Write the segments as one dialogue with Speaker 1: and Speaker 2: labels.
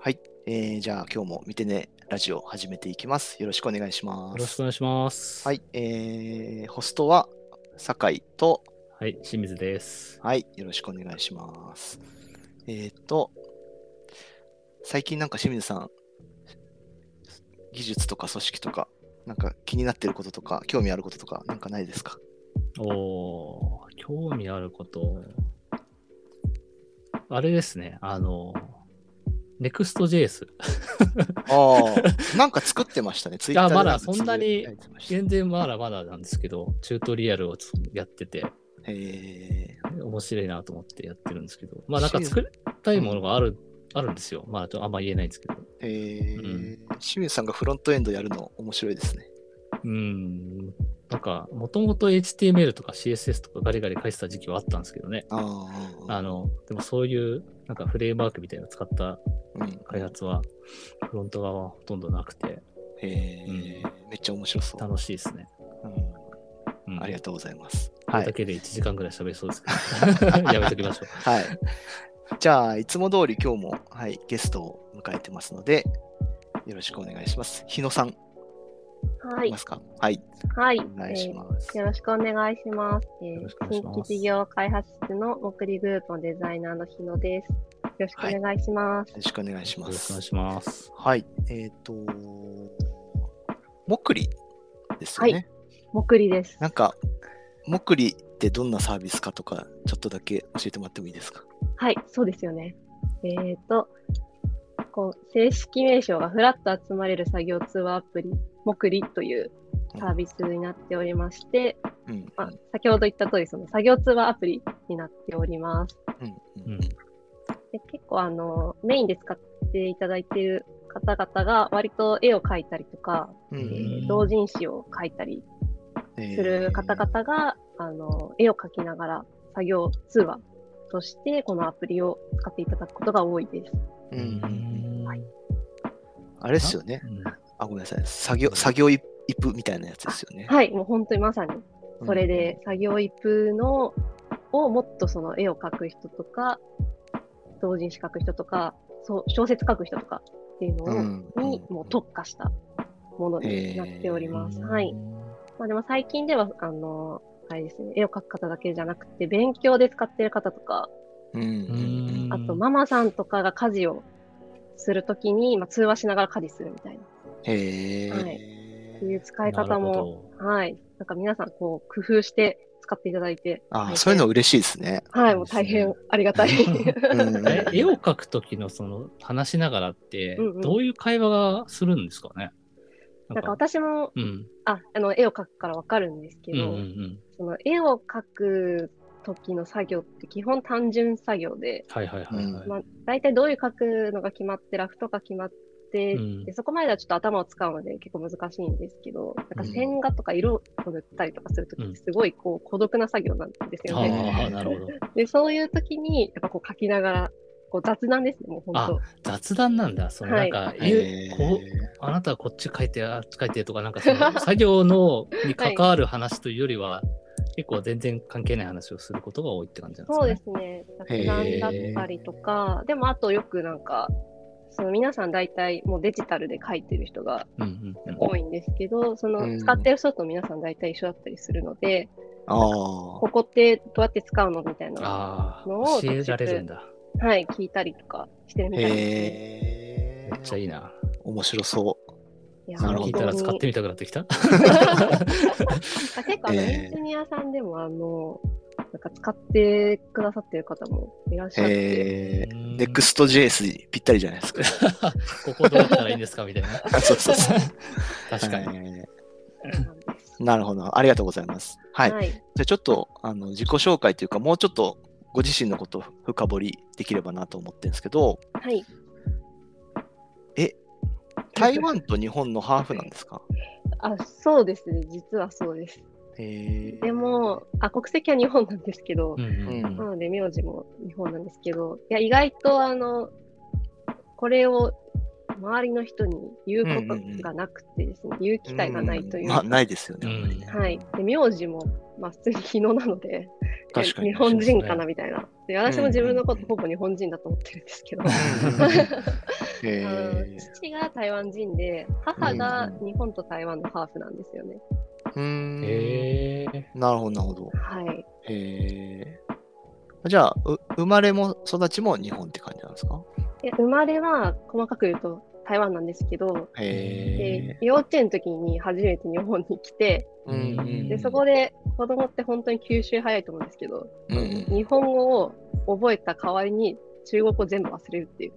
Speaker 1: はい、えーじゃあ今日も見てねラジオ始めていきます。よろしくお願いします。
Speaker 2: よろしくお願いします。
Speaker 1: は。い、えーホストは酒井と、
Speaker 2: はい、清水です。
Speaker 1: はい、よろしくお願いします。えっ、と、最近なんか清水さん、技術とか組織とか、なんか気になってることとか、興味あることとか、なんかないですか
Speaker 2: おー、興味あること。あれですね、あの、Next.js。
Speaker 1: ああ、 なんか作ってましたね、ツイッター
Speaker 2: まだそんなに
Speaker 1: えー
Speaker 2: 全然まだまだなんですけど、チュートリアルをちょっとやってて、
Speaker 1: え
Speaker 2: 面白いなと思ってやってるんですけど、まあなんか作りたいものがある、あるんですよ。まあちょっとあんま言えないんですけど。
Speaker 1: ー清水さんがフロントエンドやるの面白いですね。
Speaker 2: うん。なんか、もともと HTML とか CSS とかガリガリ書いてた時期はあったんですけどね。
Speaker 1: ああ、
Speaker 2: あの、でもそういう、なんかフレームワークみたいなのを使った
Speaker 1: うん、
Speaker 2: 開発は、フロント側はほとんどなくて、
Speaker 1: えーめっちゃ面白そう、
Speaker 2: 楽しいですね。
Speaker 1: う
Speaker 2: うん
Speaker 1: ん。ありがとうございます。
Speaker 2: こ
Speaker 1: は
Speaker 2: れだ
Speaker 1: い。
Speaker 2: けで1時間ぐらい喋りそうですけ ど、やめときましょ
Speaker 1: はい、 じゃあ、いつも通り今日も、はい、ゲストを迎えてますので、よろしくお願いします。日野さん、
Speaker 3: はいい
Speaker 1: ま。すかはい、
Speaker 3: はい。
Speaker 1: お願いします。
Speaker 3: えーよろしくお願いします。え
Speaker 2: よろ
Speaker 3: ー
Speaker 2: しくお願い
Speaker 3: 新
Speaker 2: します
Speaker 3: 規事業開発室の目利グループのデザイナーの日野です。よろしくお願いします。
Speaker 1: よろしくお願いし
Speaker 2: う。よ
Speaker 1: ま
Speaker 2: ろしくお願い
Speaker 1: す。
Speaker 2: します。
Speaker 1: はい、えっ、と、もくりですよね。
Speaker 3: は目利です。
Speaker 1: なんか、もくりってどんなサービスかとか、ちょっとだけ教えてもらってもいいですか
Speaker 3: はい、そうですよね。えっ、と、こう、正式名称がフラッと集まれる作業通話アプリ、目利というサービスになっておりまして、
Speaker 1: うん。
Speaker 3: まあ、先ほど言った通り、その作業通話アプリになっております。
Speaker 1: うん。う
Speaker 2: うんん。
Speaker 3: で結構あのメインで使っていただいている方々が割と絵を描いたりとか、
Speaker 1: う
Speaker 3: え
Speaker 1: ん
Speaker 3: ー
Speaker 2: うん
Speaker 3: 同人誌を描いたり
Speaker 1: えー
Speaker 3: する方々が、あの絵を描きながら作業通話としてこのアプリを使っていただくことが多いです。
Speaker 1: うんうんうん。
Speaker 2: はい。
Speaker 1: あれですよね。あ、ごめんなさい。作業、作業イプみたいなやつですよね。
Speaker 3: はい、もう本当にまさにそれで作業一風のをもっとその絵を描く人とか同人誌描く人とかそう小説書く人とかっていうの
Speaker 1: う
Speaker 3: を、
Speaker 1: ん、うん。
Speaker 3: にもう特化したものになっております。
Speaker 2: うん
Speaker 3: はい。。まあでも最近では、あの、あれですね、絵を描く方だけじゃなくて、勉強で使ってる方とか、
Speaker 1: うんうん
Speaker 3: あ
Speaker 2: うん
Speaker 3: とママさんとかが家事をするときに、まあ、通話しながら家事するみたいな、
Speaker 1: へえ。
Speaker 3: はいっていう使い
Speaker 2: な
Speaker 3: 方
Speaker 2: るほ
Speaker 3: も、
Speaker 2: ど。
Speaker 3: はい。なんか皆さん、こう、工夫して使っていただいて、
Speaker 1: あ
Speaker 3: は
Speaker 1: そういうの嬉しいですね。
Speaker 3: はい、もう大変ありがたい。
Speaker 1: うん
Speaker 2: え絵を描くときのその話しながらって
Speaker 3: うんう、ん
Speaker 2: どういう会話がするんですかね
Speaker 3: なんか、私も、
Speaker 2: うん。
Speaker 3: あ、あの、絵を描くからわかるんですけ
Speaker 2: うんう
Speaker 3: ど、
Speaker 2: ん。
Speaker 3: その絵を描く時の作業って基本単純作業で、
Speaker 2: はいはいはいはい。
Speaker 3: まあ、大体どういう書くのが決まって、ラフとか決まって、
Speaker 2: うん
Speaker 3: でそこまではちょっと頭を使うので結構難しいんですけど、な
Speaker 1: うんん
Speaker 3: か線画とか色を塗ったりとかするときってすごいこう孤独な作業なんですよね。
Speaker 2: ああ、なるほど。
Speaker 3: で、そういうときに、やっぱこう書きながら、こう雑談ですね、もう本
Speaker 2: 雑談なんだ。その、
Speaker 3: は
Speaker 2: なん
Speaker 3: い
Speaker 2: か、
Speaker 1: へ
Speaker 2: え
Speaker 1: ー
Speaker 2: こうあなたはこっち書いて、あっち書いてとか、なんかそ の作業のに関わる話というよりは、結構全然関係ない話をすることが多いって感じなん
Speaker 3: 当。
Speaker 2: です
Speaker 3: そ
Speaker 2: か
Speaker 3: う
Speaker 2: ね。
Speaker 3: ですね、雑談だったりとか、でもあとよくなんか、その皆さん大体もうデジタルで書いてる人が
Speaker 2: うんうんうん。
Speaker 3: 多いんですけど、そ
Speaker 1: うん
Speaker 3: の使ってる人と皆さん大体一緒だったりするので、
Speaker 1: ああ。
Speaker 3: ここってどうやって使うのみたいな、
Speaker 2: あ
Speaker 3: のを
Speaker 2: あ、教えられるんだ。
Speaker 3: はい、聞いたりとかしてるみ
Speaker 1: へ
Speaker 3: たいですね。
Speaker 1: え。
Speaker 2: めっちゃいいな。
Speaker 1: 面白そう。
Speaker 3: いや
Speaker 1: なるほど
Speaker 2: 聞いたら使っ
Speaker 3: 本
Speaker 2: てみたくなってきた。
Speaker 3: 当にあ結構あの、
Speaker 1: えー
Speaker 3: エンジニアさんでも、あの、なんか使ってくださってる方もいらっしゃっ て、
Speaker 1: へえ。
Speaker 2: うん
Speaker 1: ネクスト JS にぴったりじゃないです か。
Speaker 2: ここどうやったらいいんですかみたいな。
Speaker 1: あそうそうそう。
Speaker 2: 確かに。
Speaker 1: に。
Speaker 3: そうなんです。
Speaker 1: なるほど。ありがとうございます。はい。じ
Speaker 3: はい。
Speaker 1: ゃあちょっと、あの、自己紹介というか、もうちょっとご自身のことを深掘りできればなと思ってるんですけど、
Speaker 3: はい。
Speaker 1: 台湾と日本のハーフなんですか
Speaker 3: あ、そうですね。実はそうです。
Speaker 1: へえ。
Speaker 3: でも、あ、国籍は日本なんですけど
Speaker 2: う、んうん
Speaker 3: なので、名字も日本なんですけど、いや、意外と、あの、これを周りの人に言うことがなくてですね、言う機会がないという
Speaker 1: まあ、
Speaker 3: か、
Speaker 1: ないですよね。あんまりね
Speaker 3: はい。で、名字も、まあ、普通に日野なので、
Speaker 1: 確かに。
Speaker 3: 日本人かなみたいな。で、私も自分のことほぼ日本人だと思ってるんですけど、
Speaker 1: え
Speaker 3: あの
Speaker 1: ー
Speaker 3: 父が台湾人で、母が日本と台湾のハーフなんですよね。
Speaker 1: うーん
Speaker 2: へえ。
Speaker 1: なるほど、なるほど。
Speaker 3: はい。
Speaker 1: へーじゃあ、う生まれも育ちも日本って感じなんですか
Speaker 3: で生まれは、細かく言うと台湾なんですけど、
Speaker 1: へ
Speaker 3: で幼稚園の時に初めて日本に来て、
Speaker 1: ーうんうん
Speaker 3: でそこで子供って本当に吸収早いと思うんですけど、
Speaker 1: うんうん
Speaker 3: 日本語を覚えた代わりに中国語全部忘れるっていう。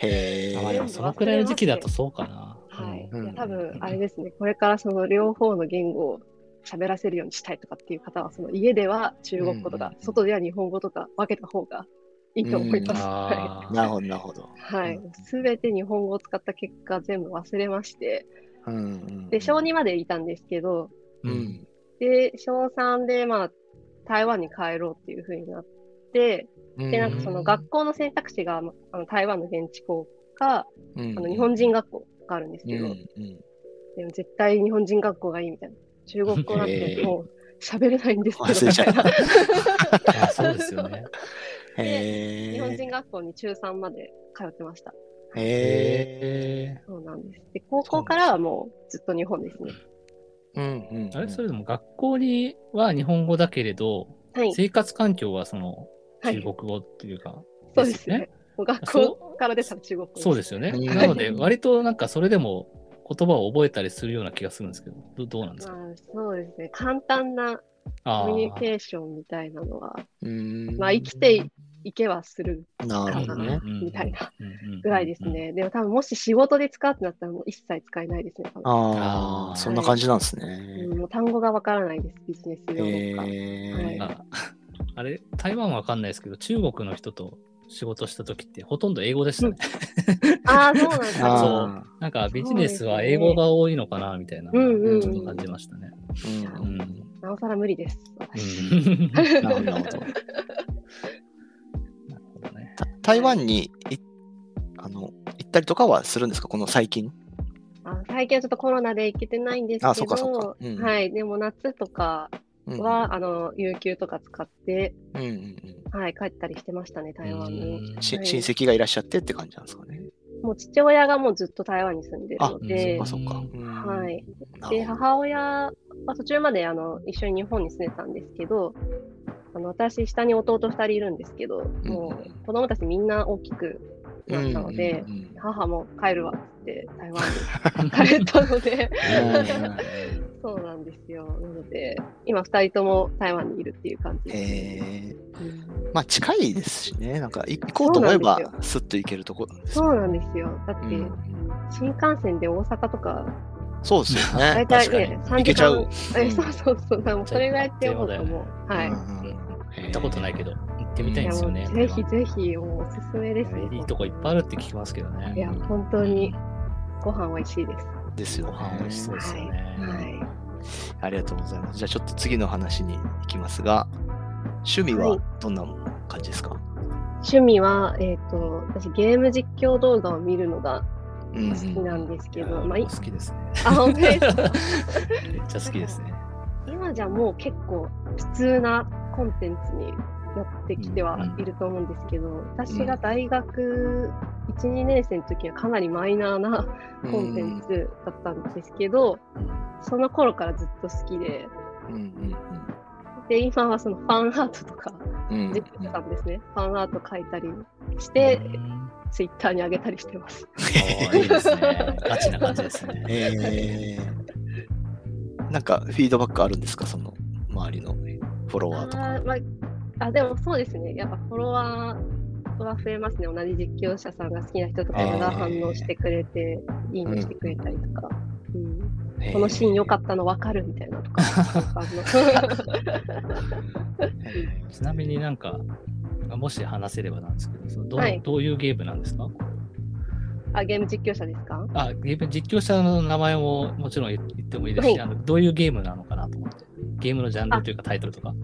Speaker 1: へ
Speaker 2: あまあでも
Speaker 1: ー
Speaker 2: そのくらいの時期だとそうかな。
Speaker 3: はい。
Speaker 1: うん
Speaker 3: いや多分、あれですね、これからその両方の言語を喋らせるようにしたいとかっていう方は、その家では中国語と
Speaker 1: うん
Speaker 3: か
Speaker 1: うん、うん
Speaker 3: 外では日本語とか分けた方がいいと思います。は
Speaker 2: あ
Speaker 1: なるほど、なるほど。
Speaker 3: い。はい。すべて日本語を使った結果、全部忘れまして、
Speaker 1: うんうん
Speaker 3: で、小2までいたんですけど、
Speaker 2: ー。
Speaker 1: う
Speaker 2: うん
Speaker 1: ん。
Speaker 3: で、小3で、まあ、台湾に帰ろうっていう風になって、で、なんかその学校の選択肢が、まあの台湾の現地校か、
Speaker 1: うん
Speaker 3: あの日本人学校があるんです
Speaker 1: うん
Speaker 3: け
Speaker 1: う
Speaker 3: ど、
Speaker 1: ん
Speaker 3: でも絶対日本人学校がいいみたいな。中国語なん
Speaker 1: へ
Speaker 3: て
Speaker 1: ー
Speaker 3: もう喋れないんですけど。
Speaker 1: 忘れちゃう
Speaker 2: あそうです よね。
Speaker 1: へー
Speaker 3: 日本人学校に中3まで通ってました。
Speaker 1: へえ。
Speaker 3: そうなんです。で、高校からはもうずっと日本ですね。
Speaker 1: うんうんうん
Speaker 2: あれそれでも学校には日本語だけれど、
Speaker 3: はい。
Speaker 2: 生活環境はその
Speaker 3: は
Speaker 2: 中
Speaker 3: い
Speaker 2: 国。語っていうか、
Speaker 3: そうですね。。もう学校から出たら中国語
Speaker 2: そうですよね。
Speaker 1: うん
Speaker 2: なので、割となんかそれでも言葉を覚えたりするような気がするんですけど、どどうなんです
Speaker 3: ま
Speaker 2: か
Speaker 3: あ、そうですね。簡単なコ
Speaker 2: あ
Speaker 3: ミュニ
Speaker 2: ー
Speaker 3: ケーションみたいなのは、
Speaker 1: うーん
Speaker 3: まあ、生きていけはする
Speaker 1: なるほどね。
Speaker 2: うん
Speaker 3: みたいな
Speaker 2: うんうん
Speaker 3: ぐらいですね。でも多分、もし仕事で使うってなったら、もう一切使えないですね。多分
Speaker 1: あ
Speaker 2: あー
Speaker 1: あ、そんな感じなんです
Speaker 3: う
Speaker 1: ね。
Speaker 3: んもう単語がわからないです、ビジネス用とか。
Speaker 1: へえ。
Speaker 2: あ あれ、台湾わかんないですけど、中国の人と仕事した時ってほとんど英語でしたね。
Speaker 3: ああ、そうなんです
Speaker 2: ー
Speaker 3: ね
Speaker 1: あ
Speaker 2: なんかビジネスは英語が多いのかなみたいな、
Speaker 3: うんうんうん
Speaker 2: ちょっと感じましたね。
Speaker 1: ー
Speaker 2: う
Speaker 1: うんん。
Speaker 3: なおさら無理です。私
Speaker 2: うんなる
Speaker 1: なるほど、なるほど。
Speaker 2: ほどね。
Speaker 1: た台湾にいあの行ったりとかはするんですかこの最近。
Speaker 3: あ最近はちょっとコロナで行けてないんですけど、
Speaker 1: あそうかそうかうん
Speaker 3: はい、でも夏とか
Speaker 1: うん
Speaker 3: は、あの有給とか使って、
Speaker 1: うんうんうん
Speaker 3: はい、帰ったりしてましたね、台湾に。
Speaker 1: し
Speaker 3: はい
Speaker 1: 親戚がいらっしゃってって感じなんですかね。
Speaker 3: もう父親がもうずっと台湾に住んでるの
Speaker 2: え
Speaker 3: で
Speaker 1: あ、、そっか。うん
Speaker 3: はい。
Speaker 1: な
Speaker 3: で
Speaker 1: るほど
Speaker 3: 母親は途中まであの一緒に日本に住んでたんですけど、あの私、下に弟2人いるんですけど、もう子供たちみんな大きくなったので、
Speaker 1: うんうんうん
Speaker 3: 母も帰るわって言って台湾に帰ったのでそうなんですよなので今2人とも台湾にいるっていう感じです
Speaker 1: へ
Speaker 3: ね、
Speaker 1: え。
Speaker 3: うん
Speaker 1: まあ近いですしね。なんかい行こうと思えば
Speaker 3: そうなん
Speaker 1: スッと行けるところなんです
Speaker 3: そう
Speaker 1: ね。
Speaker 3: なんですよだって
Speaker 1: うん
Speaker 3: 新幹線で大阪とか
Speaker 1: そうですよね
Speaker 3: 大。体
Speaker 1: 確かに。
Speaker 3: ね
Speaker 1: 行
Speaker 3: 3
Speaker 1: け
Speaker 3: 時
Speaker 1: ちゃ
Speaker 3: 間
Speaker 1: う。
Speaker 3: えそうそうそうだからもうそれぐらいって思うともう、はい、
Speaker 1: うんうん
Speaker 2: 行ったことないけど、行ってみたい
Speaker 3: い
Speaker 2: ん
Speaker 3: や
Speaker 2: です
Speaker 3: も
Speaker 2: よ
Speaker 3: う
Speaker 2: ね。
Speaker 3: ぜひぜひもうおすすめですね
Speaker 2: いいとこいっぱいあるって聞きますけどね。
Speaker 3: いや本当にご飯美味しいです
Speaker 1: ですよ
Speaker 2: ご
Speaker 1: ね。
Speaker 2: 飯美味しそうですよ
Speaker 1: う
Speaker 2: ね。
Speaker 1: ん
Speaker 3: はい
Speaker 1: ありがとうございます。じゃあちょっと次の話に行きますが、趣味は
Speaker 3: はい
Speaker 1: どんな感じですか、
Speaker 3: 趣味は、えっと私ゲーム実況動画を見るのが
Speaker 1: うんう
Speaker 3: 好
Speaker 1: ん
Speaker 3: きなんですけど、まあい
Speaker 2: 好きですね。
Speaker 3: あ本 当ですか
Speaker 2: めっちゃ好きですね。
Speaker 3: 今じゃもう結構普通なコンテンツになってきてはいると思うんですけど、私が大学1、2年生の時はかなりマイナーなコンテンツだったんですけど、その頃からずっと好きで、
Speaker 1: うん
Speaker 3: で、今はそのファンアートとか、
Speaker 1: うんうんうん
Speaker 3: 自分たんですね、ファンアート描いたりして、ツイッターに上げたりしてます。
Speaker 2: い いですね。ガチな感じです ね。
Speaker 1: えーなんかフィードバックあるんですかその周りのフォロワーとか。
Speaker 3: あーまあ、あでもそうですね、やっぱフォロワーは増えますね、同じ実況者さんが好きな人とか
Speaker 1: あー
Speaker 3: が反応してくれて、いいねしてくれたりとか、うん
Speaker 1: え
Speaker 3: このシーン良かったの分かるみたいな とか、あの
Speaker 1: え
Speaker 2: ちなみになんか、もし話せればなんですけど、そのどう,、
Speaker 3: はい
Speaker 2: どういうゲームなんですか
Speaker 3: あゲーム実況者ですか
Speaker 2: あ、ゲーム実況者の名前ももちろん言言ってもいいですし、
Speaker 3: はい
Speaker 2: あのどういうゲームなのかなと思って。ゲームのジャンルというかタイトルとか。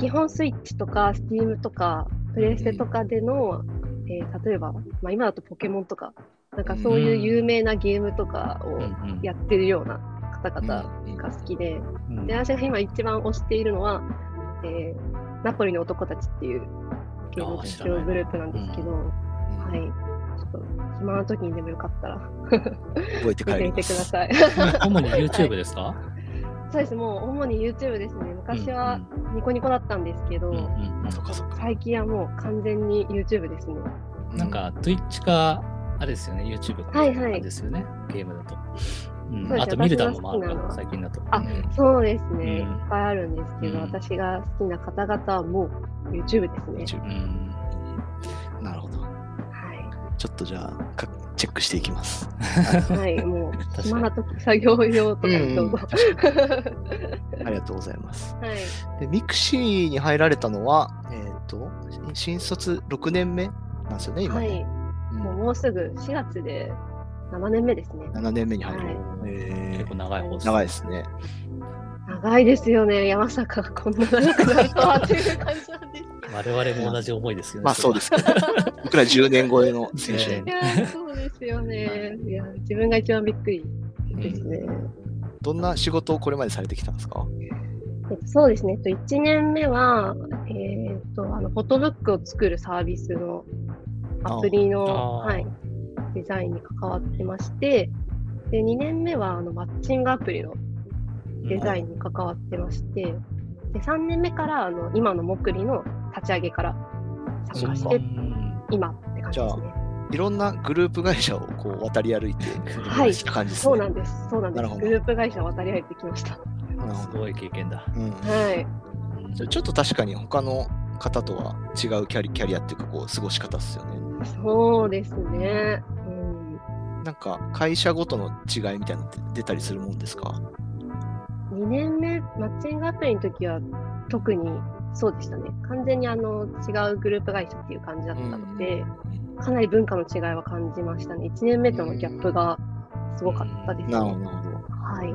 Speaker 3: 基本スイッチとか、Steam とか、プレステとかでの、えー例えば、まあ、今だとポケモンとか、なんかそういう有名なゲームとか
Speaker 2: うんう
Speaker 3: を
Speaker 2: ん
Speaker 3: やってるような方々が好きで、
Speaker 2: うん
Speaker 3: で、私が今一番推しているのは、えーナポリの男たちっていうゲーム
Speaker 2: あー知
Speaker 3: 実
Speaker 2: らない
Speaker 3: 況グループなんですけど、はい。ちょっと暇な時にでもよかったら
Speaker 1: 覚えて
Speaker 3: 見
Speaker 1: 帰
Speaker 3: て
Speaker 1: り
Speaker 3: み
Speaker 1: ま
Speaker 3: てくだ
Speaker 1: す。
Speaker 3: さい。
Speaker 2: 主に YouTube ですか
Speaker 3: そうです、もう主に YouTube ですね。昔はニコニコだったんですけど、
Speaker 2: うんうんうん
Speaker 1: そっかそっか。
Speaker 3: 最近はもう完全に YouTube ですね。
Speaker 2: うんなんか Twitch か、あれですよね、YouTube か、
Speaker 3: はいはい
Speaker 2: ですよね、ゲームだと。うん
Speaker 3: そうです
Speaker 2: あと見るダム
Speaker 3: 私
Speaker 2: も
Speaker 3: の
Speaker 2: あ
Speaker 3: 好
Speaker 2: るか
Speaker 3: きなの
Speaker 2: ら、
Speaker 3: は
Speaker 2: 最近だと。
Speaker 1: う
Speaker 3: あ
Speaker 1: ん、
Speaker 3: そうですね、
Speaker 2: うん
Speaker 3: いっぱいあるんですけど、
Speaker 2: うん
Speaker 3: 私が好きな方々はもう YouTube ですね。
Speaker 1: YouTube
Speaker 2: うん
Speaker 1: なるほど。
Speaker 3: は
Speaker 1: ちょっとじゃあ、かチェックしていきます。
Speaker 3: い、はい、もう
Speaker 2: かに
Speaker 3: 暇な時作業用とかにどうぞ。
Speaker 1: うん ありがとうございます。
Speaker 3: はい、
Speaker 1: で、ミクシーに入られたのは、えっ、と、新卒6年目なんですよね、今
Speaker 3: は
Speaker 1: ね。
Speaker 3: い、
Speaker 1: うん
Speaker 3: もうもうすぐ4月で7年目ですね。
Speaker 1: 7年目に入る。
Speaker 3: はい
Speaker 1: え
Speaker 2: 結構長い方
Speaker 1: ー、長いですね。
Speaker 3: 長いですよね。いやまさかこんな長くなるとはっていう感じなんです。
Speaker 2: 我々も同じ思いですよね。。
Speaker 1: まあそうですす けど、僕ら10年超えの選手
Speaker 2: ね
Speaker 1: で
Speaker 3: い、やそうですよね。いや自分が一番びっくりですね。
Speaker 1: どんな仕事をこれまでされてきたんですか
Speaker 3: えっとそうですね、えっと1年目は、えーっとあのフォトブックを作るサービスのアプリの、
Speaker 2: あー
Speaker 3: はい、デザインに関わってまして、で2年目はあのマッチングアプリのデザインに関わってまして、で3年目からあの今のモクリの立ち上げから参加し
Speaker 1: そ
Speaker 3: て
Speaker 1: っ、
Speaker 3: 今って感じですね。
Speaker 1: いろんなグループ会社をこう渡り歩いて
Speaker 3: はい
Speaker 1: きた感じですね。
Speaker 3: そうなんです、そうなん
Speaker 1: な
Speaker 3: で
Speaker 1: る
Speaker 3: す。
Speaker 1: ほど
Speaker 3: グループ会社を渡り合えてきました。
Speaker 1: なる
Speaker 2: す
Speaker 1: ほど
Speaker 2: ごい経験だ。
Speaker 1: うん
Speaker 3: はい、
Speaker 2: うん
Speaker 1: ちょちょっと確かに他の方とは違うキャリキャリアっていうかこう過ごし方ですよね。
Speaker 3: そうですね。うん
Speaker 1: なんか会社ごとの違いみたいなのって出たりするもんですか
Speaker 3: 2年目、マッチングアプリの時は特にそうでしたね。完全にあの違うグループ会社っていう感じだったので、かなり文化の違いは感じましたね。1年目とのギャップがすごかったですね。
Speaker 1: なるほど、なるほど。
Speaker 3: はい。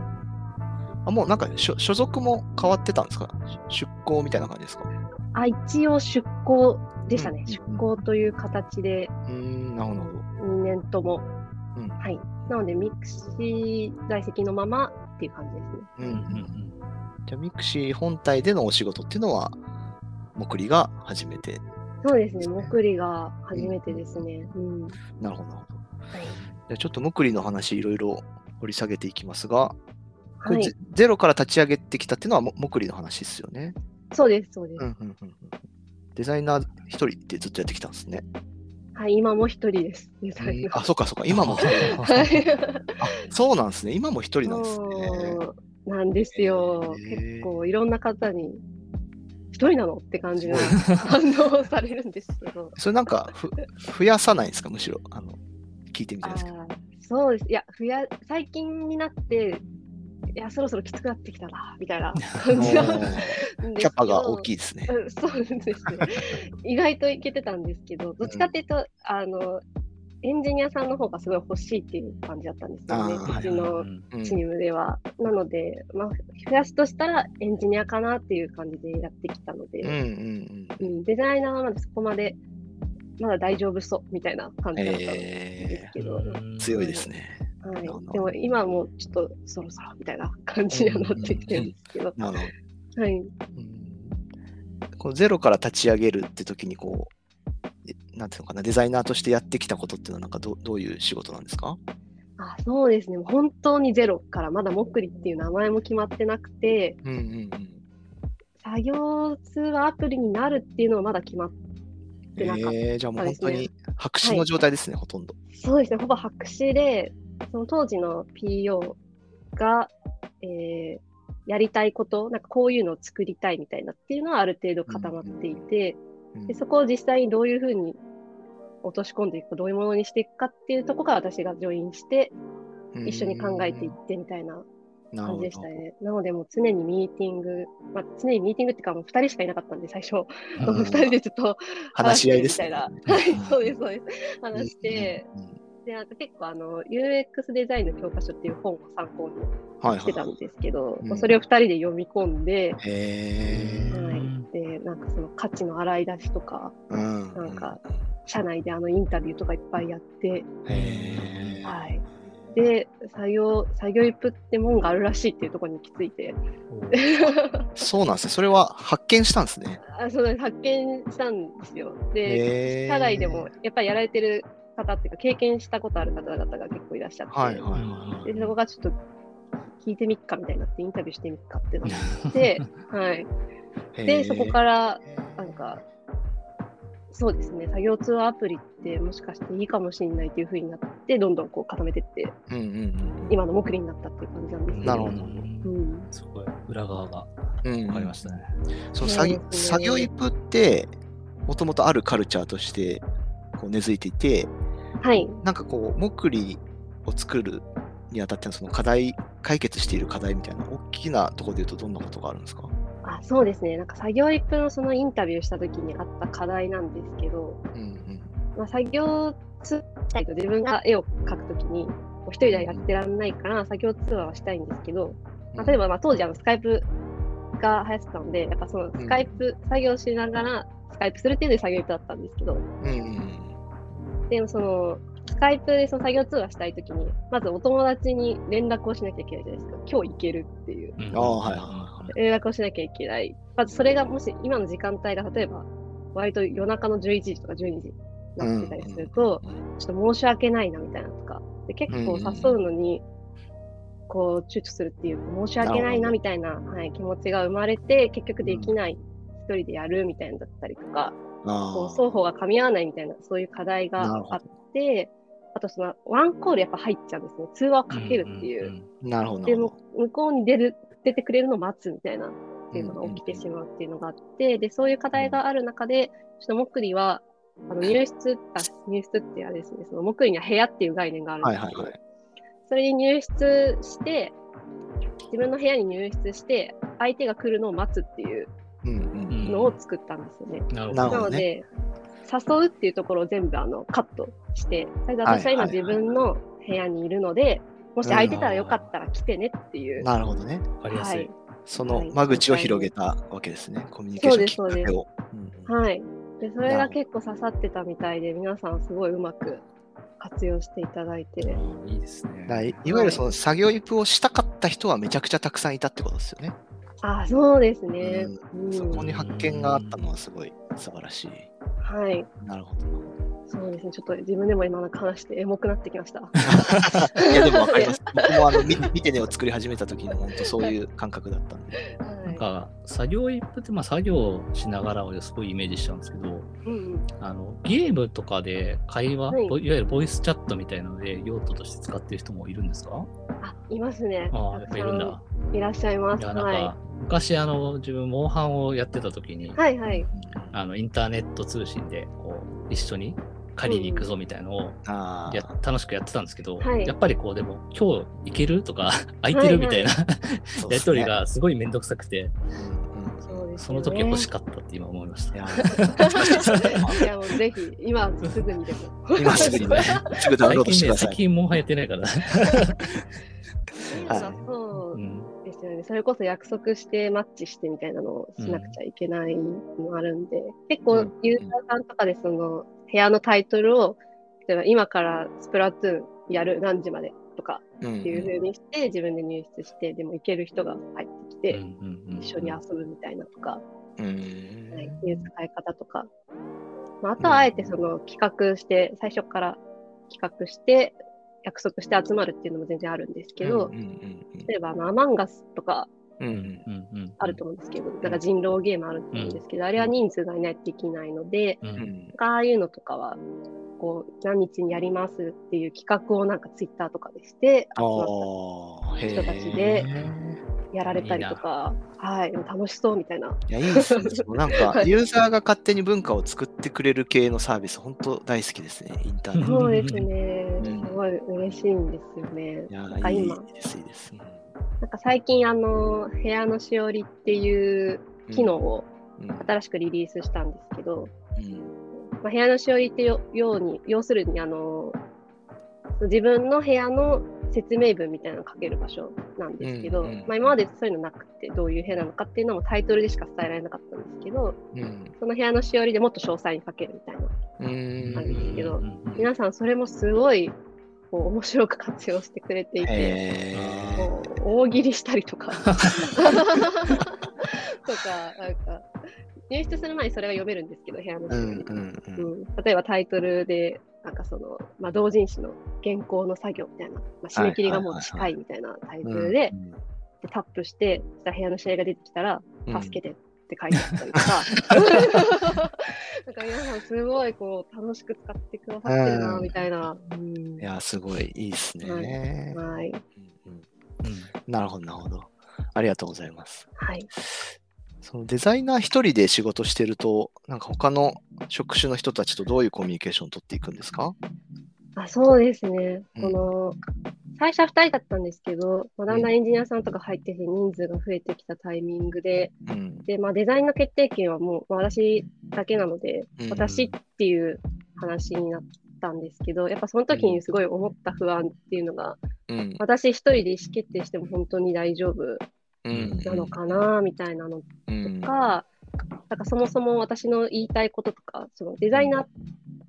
Speaker 1: あもうなんか所所属も変わってたんですか出向みたいな感じですか
Speaker 3: あ、一応出向でした
Speaker 1: う
Speaker 3: ね
Speaker 1: ん。
Speaker 3: 出向という形で
Speaker 1: うーん、なるほど。なる
Speaker 3: 2年とも。
Speaker 1: うん
Speaker 3: はい。なので、ミクシー在籍のままっていう感じですね。
Speaker 1: ほどう
Speaker 2: うんんう
Speaker 1: うん
Speaker 2: ん
Speaker 1: じゃあミクシー本体でのお仕事っていうのは、もくりが初めて。
Speaker 3: そうですね。モクリが初めてですね。うん。
Speaker 1: なるほど、なるほど。
Speaker 3: はい。
Speaker 1: じゃあちょっともくりの話いろいろ掘り下げていきますが、これ
Speaker 3: はい
Speaker 1: ゼゼロから立ち上げてきたっていうのはももくりの話ですよね。
Speaker 3: そうです、そうです。
Speaker 1: うんうんうんうんデザイナー一人ってずっとやってきたんですね。
Speaker 3: はい、今も一人です。 デザイン
Speaker 1: あ、そうかそうか。今も一人。
Speaker 3: はい
Speaker 1: あそうなんですね。今も一人なんですね。
Speaker 3: そうなんですよ。
Speaker 1: へー
Speaker 3: 結構いろんな方に、一人なのって感じの反応をされるんですけど。
Speaker 1: それなんかふ増やさないんですかむしろあの聞いてみた
Speaker 3: あ
Speaker 1: いですけど。
Speaker 3: ーそうです。いや、ふや最近になって、いや、そろそろきつくなってきたな、みた いな感じなんですけど
Speaker 1: キャパが大きいですね。
Speaker 3: うんそうですね。 意外といけてたんですけど、どっちかっていうと、あの、エンジニアさんの方がすごい欲しいっていう感じだったんですよね
Speaker 1: あー。
Speaker 3: うちの
Speaker 2: うん
Speaker 1: うん
Speaker 3: チームでは。なので、まあ、増やすとしたらエンジニアかなっていう感じでやってきたの
Speaker 1: うんう
Speaker 3: で、
Speaker 1: ん
Speaker 3: う
Speaker 1: うんん。
Speaker 3: デザイナーはまだそこまで、まだ大丈夫そうみたいな感じだったんで
Speaker 1: え
Speaker 3: すけど、
Speaker 1: ー、強いですね。
Speaker 3: はい
Speaker 1: なるほど、
Speaker 3: でも今はもうちょっとそろそろみたいな感じにはなってきてるんですけど、
Speaker 1: あの、
Speaker 3: はい、
Speaker 1: うんこうゼロから立ち上げるって時にこうえなんていうのかなデザイナーとしてやってきたことっていうのはなんかどどういう仕事なんですか？
Speaker 3: あそうですね、本当にゼロから、まだモックリっていう名前も決まってなくて、
Speaker 1: うんうん
Speaker 3: 作業通話アプリになるっていうのはまだ決まってなかった
Speaker 1: えー、じゃあもう本当
Speaker 3: そう
Speaker 1: に
Speaker 3: で
Speaker 1: 白紙の状態ですね、ほとんど。
Speaker 3: そうですね、ほぼ白紙で、その当時の PO が、えーやりたいこと、なんかこういうのを作りたいみたいなっていうのはある程度固まっていて、
Speaker 1: うん
Speaker 3: でそこを実際にどういうふうに落とし込んでいくか、どういうものにしていくかっていうところから私がジョインして、一緒に考えていってみたいな
Speaker 1: なる
Speaker 3: 感
Speaker 1: ほ
Speaker 3: じ
Speaker 1: ど
Speaker 3: でしたね。なので、もう常にミーティング、まあ、常にミーティングっていうか、もう2人しかいなかったんで、最初、
Speaker 1: う ん
Speaker 3: 2人でずっと
Speaker 1: 話し合いです、
Speaker 3: みたい
Speaker 1: ね。
Speaker 3: な。はい、そうです、そうです。話して、
Speaker 1: うんうん
Speaker 3: で、なんか結構あの、UX デザインの教科書っていう本を参考に
Speaker 1: はい
Speaker 3: してた
Speaker 1: は
Speaker 3: んですけど、
Speaker 1: うん
Speaker 3: まあそれを2人で読み込んで、
Speaker 1: い。へ
Speaker 2: うん
Speaker 3: はい。で、なんかその価値の洗い出しとか、
Speaker 1: ーうん
Speaker 3: なんか
Speaker 1: う
Speaker 3: 社内であのインタビューとかいっぱいやって、
Speaker 1: へー
Speaker 3: はい、で採用採用イップってもんがあるらしいっていうところに行き着いて
Speaker 1: そうなんですね。それは発見したんですね。
Speaker 3: あそうなんです発見したんですよ。で
Speaker 1: へー
Speaker 3: 社外でも。やっぱりやられてる方っていうか経験したことある方々が結構いらっしゃって、
Speaker 1: はいはい
Speaker 2: うん
Speaker 3: でそ こがちょっと聞いてみっかみたいになってインタビューしてみっかってな って、はい、でそこ
Speaker 1: ら。
Speaker 3: からなんかそうですね作業通話アプリってもしかしていいかもしれないというふうになってどんどんこう固めてって
Speaker 1: うんうん
Speaker 3: 今の目利になったっていう感じなんですけど。
Speaker 1: なるほど
Speaker 3: う
Speaker 2: ど。
Speaker 3: ん
Speaker 2: すごい、裏側が
Speaker 1: うん。うん
Speaker 2: 分かりましたね。
Speaker 1: その作業
Speaker 3: そうですね
Speaker 1: 作業イプって、もともとあるカルチャーとしてこう根付いていて、
Speaker 3: はい、
Speaker 1: なんかこう、目利を作るにあたってのその課題、解決している課題みたいな、大きなところで言うとどんなことがあるんですか
Speaker 3: あそうですね、なんか作業一分のそのインタビューしたときにあった課題なんですけど、
Speaker 1: うんうん。
Speaker 3: まあ、作業通話したいと自分が絵を描くときに、こう一人ではやってらんないから、作業通話はしたいんですけど、まあ、例えばまあ当時あのスカイプが流行ってたので、やっぱそのスカイプ、作業しながらスカイプするっていうので作業一分だったんですけど、
Speaker 1: うんうん
Speaker 3: でもその、スカイプでその作業通話したいときに、まずお友達に連絡をしなきゃいけないじゃないですか、今日行けるっていう。
Speaker 2: うん
Speaker 1: ああはいは
Speaker 3: 連絡をしなきゃいけない。まずそれがもし今の時間帯が例えば割と夜中の11時とか12時になってたりすると、
Speaker 1: うんうん
Speaker 3: ちょっと申し訳ないなみたいなのとか、で結構誘うのに、こう躊躇するっていうか、申し訳ないなみたいな、はい、気持ちが生まれて、結局できない、一人でやるみたいなのだったりとか、
Speaker 1: あ
Speaker 3: こう
Speaker 1: ー
Speaker 3: 双方が噛み合わないみたいな、そういう課題が
Speaker 1: なるほど
Speaker 3: あって、あとそのワンコールやっぱ入っちゃうんですね。通話をかけるっていう。
Speaker 2: んんん。
Speaker 1: なるほど。
Speaker 3: でも向こうに出る出てくれるのを待つみたいなっていうのが起きて
Speaker 1: ま
Speaker 3: しまうっていうのがあって、で、そういう課題がある中で、ちょっとモクリは、あの入室、あ、入室ってあれですね、そのモクリには部屋っていう概念があるん
Speaker 1: はい
Speaker 3: です
Speaker 1: は
Speaker 3: け
Speaker 1: い
Speaker 3: ど、
Speaker 1: はい。
Speaker 3: それに入室して、自分の部屋に入室して、相手が来るのを待つっていう
Speaker 1: うん
Speaker 2: う
Speaker 1: うんん。
Speaker 3: のを作ったんですよね。
Speaker 2: なる
Speaker 1: な
Speaker 2: ほ
Speaker 1: るほど
Speaker 2: ど。
Speaker 3: なの
Speaker 1: ね
Speaker 3: で、誘うっていうところを全部あのカットして、それで私は今
Speaker 1: はいはい
Speaker 3: 自
Speaker 1: はい
Speaker 3: 分の部屋にいるので、もし空いてたらよかったら来てねっていう。
Speaker 1: なるほどね。
Speaker 2: わかりやすい。
Speaker 1: そ
Speaker 3: は
Speaker 1: の
Speaker 3: い
Speaker 1: 間口を広げたわけですね。コミュニケーションきっ
Speaker 3: そう
Speaker 1: か
Speaker 3: です
Speaker 1: けを。うん
Speaker 3: はい。で、それ
Speaker 1: な
Speaker 3: が
Speaker 1: るほど
Speaker 3: 結構刺さってたみたいで、皆さんすごいうまく活用していただいて、
Speaker 2: ああいいですね。
Speaker 1: だからいいわゆるその作業イプをしたかった人はめちゃくちゃたくさんいたってことですよね。
Speaker 3: ああ、そうですね。うん
Speaker 1: そこに発見があったのはすごい素晴らしい。
Speaker 3: はい。
Speaker 1: なるほど
Speaker 3: そうですね。ちょっと自分でも今の話してエモくなって きました。
Speaker 1: な。 いやでもわかり ます。僕もあの見て見てねを作り始めた時の本当そういう感覚だったんで。
Speaker 3: は
Speaker 2: なん
Speaker 3: い。
Speaker 2: か、作業一歩って、まあ、作業しながらをすごいイメージしちゃうんですけど、
Speaker 3: うんうん。
Speaker 2: あのゲームとかで会話、
Speaker 3: はい
Speaker 2: ぼいわゆるボイスチャットみたいなので、用途として使ってる人もいるんですか
Speaker 3: あ、いますね。
Speaker 2: ああ、や
Speaker 3: た
Speaker 2: っ
Speaker 3: く
Speaker 2: ぱい
Speaker 3: さ
Speaker 2: るん
Speaker 3: ん
Speaker 2: だ。
Speaker 3: いらっしゃいま
Speaker 2: い
Speaker 3: す。
Speaker 2: や、なん
Speaker 3: は
Speaker 2: か
Speaker 3: い。、
Speaker 2: 昔、あの、自分、モンハンをやってた時に、
Speaker 3: はいはい。
Speaker 2: あの、インターネット通信で、こう、一緒に借りに行くぞみたいなのを、
Speaker 1: あ
Speaker 2: や
Speaker 1: あ、
Speaker 2: 楽しくやってたんですけど、
Speaker 3: はい
Speaker 2: やっぱりこうでも今日行けるとか 空いてるみたいな、
Speaker 1: そう
Speaker 2: や
Speaker 1: で
Speaker 2: り
Speaker 1: す
Speaker 2: と
Speaker 1: ね
Speaker 2: り。がすごいめんどくさくて、
Speaker 1: うんうん
Speaker 3: そうです
Speaker 2: そ
Speaker 3: よね
Speaker 2: の時は欲しかったって今思いました。
Speaker 1: いや、
Speaker 3: いや、もうぜひ、今すぐにでも。
Speaker 1: 今すぐにね、 すぐダウンロー
Speaker 2: 最
Speaker 1: ドしてく
Speaker 2: 近ね、
Speaker 1: ださ
Speaker 2: 最
Speaker 1: い。
Speaker 2: 近モンハンやってないから。
Speaker 1: はい
Speaker 3: そう
Speaker 2: うん
Speaker 3: ですよね。それこそ約束してマッチしてみたいなのをしなくちゃいけないのあるんで、結
Speaker 1: う
Speaker 3: 構
Speaker 1: ん
Speaker 3: ユーザーさんとかでその部屋のタイトルを、例えば今からスプラトゥーンやる何時までとか
Speaker 1: うん
Speaker 3: っていう風にして、自分で入室して、でも行ける人が入ってき
Speaker 2: う
Speaker 3: て、
Speaker 2: んうんうん
Speaker 3: 一緒に遊ぶみたいなとか、
Speaker 1: うん
Speaker 3: はい、っていう使い方とか。まあ、あとはあえてその企画して、最初から企画して、約束して集まるっていうのも全然あるんですけど、
Speaker 1: うんうんうん
Speaker 3: 例えばあのアマンガスとか
Speaker 1: うんうん
Speaker 2: うんうん
Speaker 3: あると思うんですけど、なんか人狼ゲームあると思うんですけど、あれは人数がいないとできないので、
Speaker 2: うんう
Speaker 1: うんん
Speaker 3: ああいうのとかは、こう、何日にやりますっていう企画をなんかツイッターとかでして、
Speaker 1: あ
Speaker 3: 集まっ
Speaker 1: あ、へえ。
Speaker 3: 人たちでてやられたりとか、はい、でも楽しそうみたいな。
Speaker 1: いや、いいですね。そのなんか、
Speaker 3: はい
Speaker 1: ユーザーが勝手に文化を作ってくれる系のサービス、本当大好きですね、インターネッ
Speaker 2: ん
Speaker 1: ト。
Speaker 3: そうですね
Speaker 1: う。ん
Speaker 3: すごい嬉しいんですよね。
Speaker 1: いや
Speaker 3: なんか、
Speaker 1: いい
Speaker 3: 今、
Speaker 1: です、いいです。
Speaker 3: なんか最近、あの、部屋のしおりっていう
Speaker 1: うん
Speaker 3: 機能、を
Speaker 1: うん
Speaker 3: 新しくリリースしたんですけど、
Speaker 1: うん
Speaker 3: まあ、部屋のしおりってよように要するにあの自分の部屋の説明文みたいなのを書ける場所なんですけど、
Speaker 1: うんうん
Speaker 3: まあ、今までそういうのなくてどういう部屋なのかっていうのもタイトルでしか伝えられなかったんですけど
Speaker 1: うん
Speaker 3: その部屋のしおりでもっと詳細に書けるみたいな
Speaker 1: うー。
Speaker 3: なんんですけど
Speaker 2: うんうんうん
Speaker 3: 皆さんそれもすごいこう面白く活用してくれていて、
Speaker 1: えー
Speaker 3: こう大喜利したりとか とかなんか入室する前にそれが読めるんですけど部屋の
Speaker 1: う
Speaker 3: 人
Speaker 1: ん
Speaker 3: に、
Speaker 1: うんう。
Speaker 3: うんん例えばタイトルでなんかその、まあ、同人誌の原稿の作業みたいな、まあ、締め切りがもう近いみたいなタイトルで,、でタップしてそしたら部屋の試合が出てきたら「
Speaker 1: うん
Speaker 3: 助けて」って書いてあったりと か、なんか皆さんすごいこう楽しく使ってくださってるなみたいな、うん
Speaker 1: いや、すごいいいですね。
Speaker 3: はい
Speaker 1: うんうん
Speaker 2: うん
Speaker 1: なるほど、なるほど。ありがとうございます。
Speaker 3: はい
Speaker 1: そのデザイナー一人で仕事してると、なんか他の職種の人たちとどういうコミュニケーションを取っていくんですか
Speaker 3: あそうですね、
Speaker 1: うん
Speaker 3: この最初は2人だったんですけど、まあ、だんだんエンジニアさんとか入ってきて人数が増えてきたタイミングで、
Speaker 1: うん。
Speaker 3: で、まあ、デザインの決定権はもうまあ私だけなので、
Speaker 1: うん
Speaker 3: 私っていう話になったんですけど、やっぱその時にすごい思った不安っていうのが、
Speaker 1: うん。
Speaker 3: 私一人で意思決定しても本当に大丈夫
Speaker 1: うん
Speaker 3: なのかなみたいなのと
Speaker 1: うん
Speaker 3: か、なんかそもそも私の言いたいこととか、そのデザイナ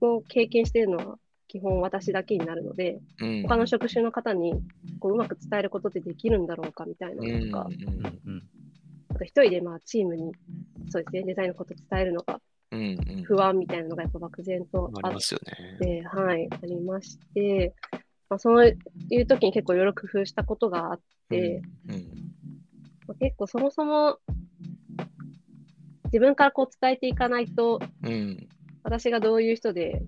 Speaker 3: ーを経験してるのは基本私だけになるので、
Speaker 1: うん
Speaker 3: 他の職種の方にこううまく伝えることってできるんだろうかみたいなのとか、
Speaker 1: うん
Speaker 2: うんうん
Speaker 3: あと一人でまあチームにそうですねデザインのこと伝えるのが
Speaker 1: うんうん
Speaker 3: 不安みたいなのがやっぱ漠然と
Speaker 1: あ
Speaker 3: あっ
Speaker 1: りますよね。
Speaker 3: て、はい、ありまして、まあ、そういう時に結構いろいろ工夫したことがあって、
Speaker 1: うん
Speaker 3: まあ結構そもそも自分からこう伝えていかないと
Speaker 1: うん。
Speaker 3: 私がどういう人で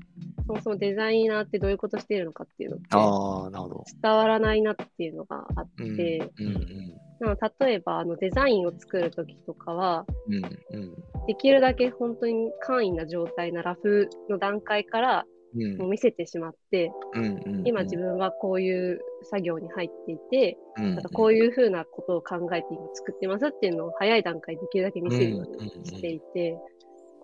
Speaker 3: そもそもデザイナーってどういうことしているのかっていうのって
Speaker 1: ああ、なるほど。
Speaker 3: 伝わらないなっていうのがあっ
Speaker 1: うん
Speaker 3: て、
Speaker 1: うん
Speaker 3: なので例えばあのデザインを作る時とかは
Speaker 1: うんうん
Speaker 3: できるだけ本当に簡易な状態なラフの段階から
Speaker 1: うん
Speaker 3: もう見せてしまって、
Speaker 1: うんうん
Speaker 3: 今自分はこういう作業に入っていて、
Speaker 1: 分
Speaker 3: あとこういうふうなことを考えて今作ってますっていうのを早い段階できるだけ見せるようにしていて、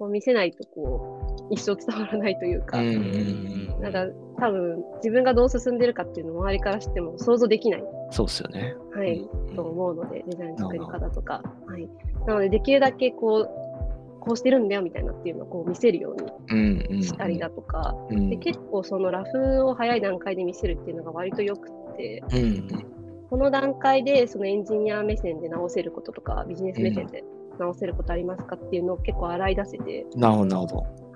Speaker 3: こう見せないとこう一生伝わらないというか、
Speaker 1: うんうん
Speaker 3: なんか多分自分がどう進んでるかっていうのを周りからしても想像できない、
Speaker 1: そうですよね。
Speaker 3: はいうと
Speaker 1: ん
Speaker 3: 思うので、デザインの作り方とか。はい、なのでできるだけこうこうしてるんだよみたいなっていうのをこう見せるよう
Speaker 1: うんうん
Speaker 3: にしたりだとか、
Speaker 1: うん
Speaker 3: で結構そのラフを早い段階で見せるっていうのが割とよくって
Speaker 1: うん
Speaker 3: この段階でそのエンジニア目線で直せることとかビジネス目線で直せることありますかっていうのを結構洗い出せて、
Speaker 1: なるほど、なるほ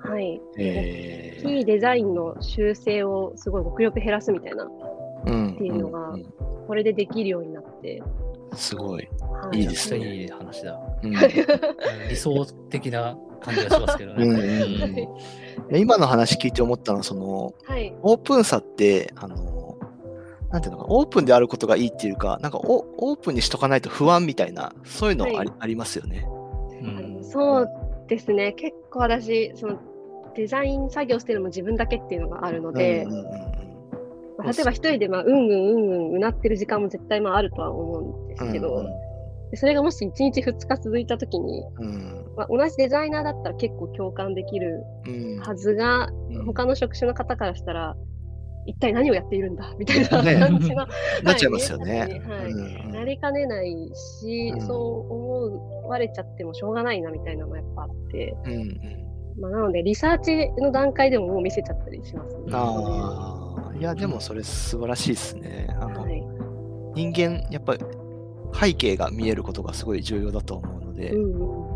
Speaker 1: ど。
Speaker 3: はい、
Speaker 1: え
Speaker 3: いいデザインの修正をすごい極力減らすみたいな
Speaker 1: って
Speaker 3: いうのがこれでできるようになって、
Speaker 1: すごい。
Speaker 3: はい
Speaker 1: い
Speaker 2: め
Speaker 1: で
Speaker 2: ちゃ
Speaker 1: す
Speaker 2: くち ゃいい話だ。
Speaker 1: うん
Speaker 2: 理想的な感じがしますけどね。
Speaker 1: うんうんうん
Speaker 2: うん
Speaker 1: で 今の話聞いて思ったのは、その、
Speaker 3: はい、
Speaker 1: オープンさって、あの、なんていうのかな、オープンであることがいいっていうか、なんかオオープンにしとかないと不安みたいな、そういうのあり,、
Speaker 3: はい
Speaker 1: ありますよね。
Speaker 3: あ
Speaker 2: う
Speaker 3: の
Speaker 2: ん
Speaker 3: そうですね結構私そのデザイン作業してるのも自分だけっていうのがあるので、
Speaker 1: うんうんうん
Speaker 3: まあ例えば一人でまあうんうんうんうんうなってる時間も絶対まああるとは思うんですけど、
Speaker 1: うん
Speaker 3: でそれがもし1日2日続いた時に、
Speaker 1: うん
Speaker 3: まあ、同じデザイナーだったら結構共感できる
Speaker 1: うん
Speaker 3: はずが、
Speaker 1: うん
Speaker 3: 他の職種の方からしたら一体何をやっているんだみ たいな
Speaker 1: ね
Speaker 3: 感じの、
Speaker 1: なっちゃいますよね。
Speaker 3: はい
Speaker 1: うんうん
Speaker 3: なりかねないし、
Speaker 1: うん
Speaker 3: そう思われちゃってもしょうがないなみたいなのもやっぱあって、
Speaker 1: うんうん
Speaker 3: まあ、なのでリサーチの段階でももう見せちゃったりしますね。
Speaker 1: ああ、いや、でもそれ素晴らしいですね。あの、
Speaker 3: はい
Speaker 1: 人間、やっぱり背景が見えることがすごい重要だと思うので、
Speaker 3: うんうん
Speaker 1: うん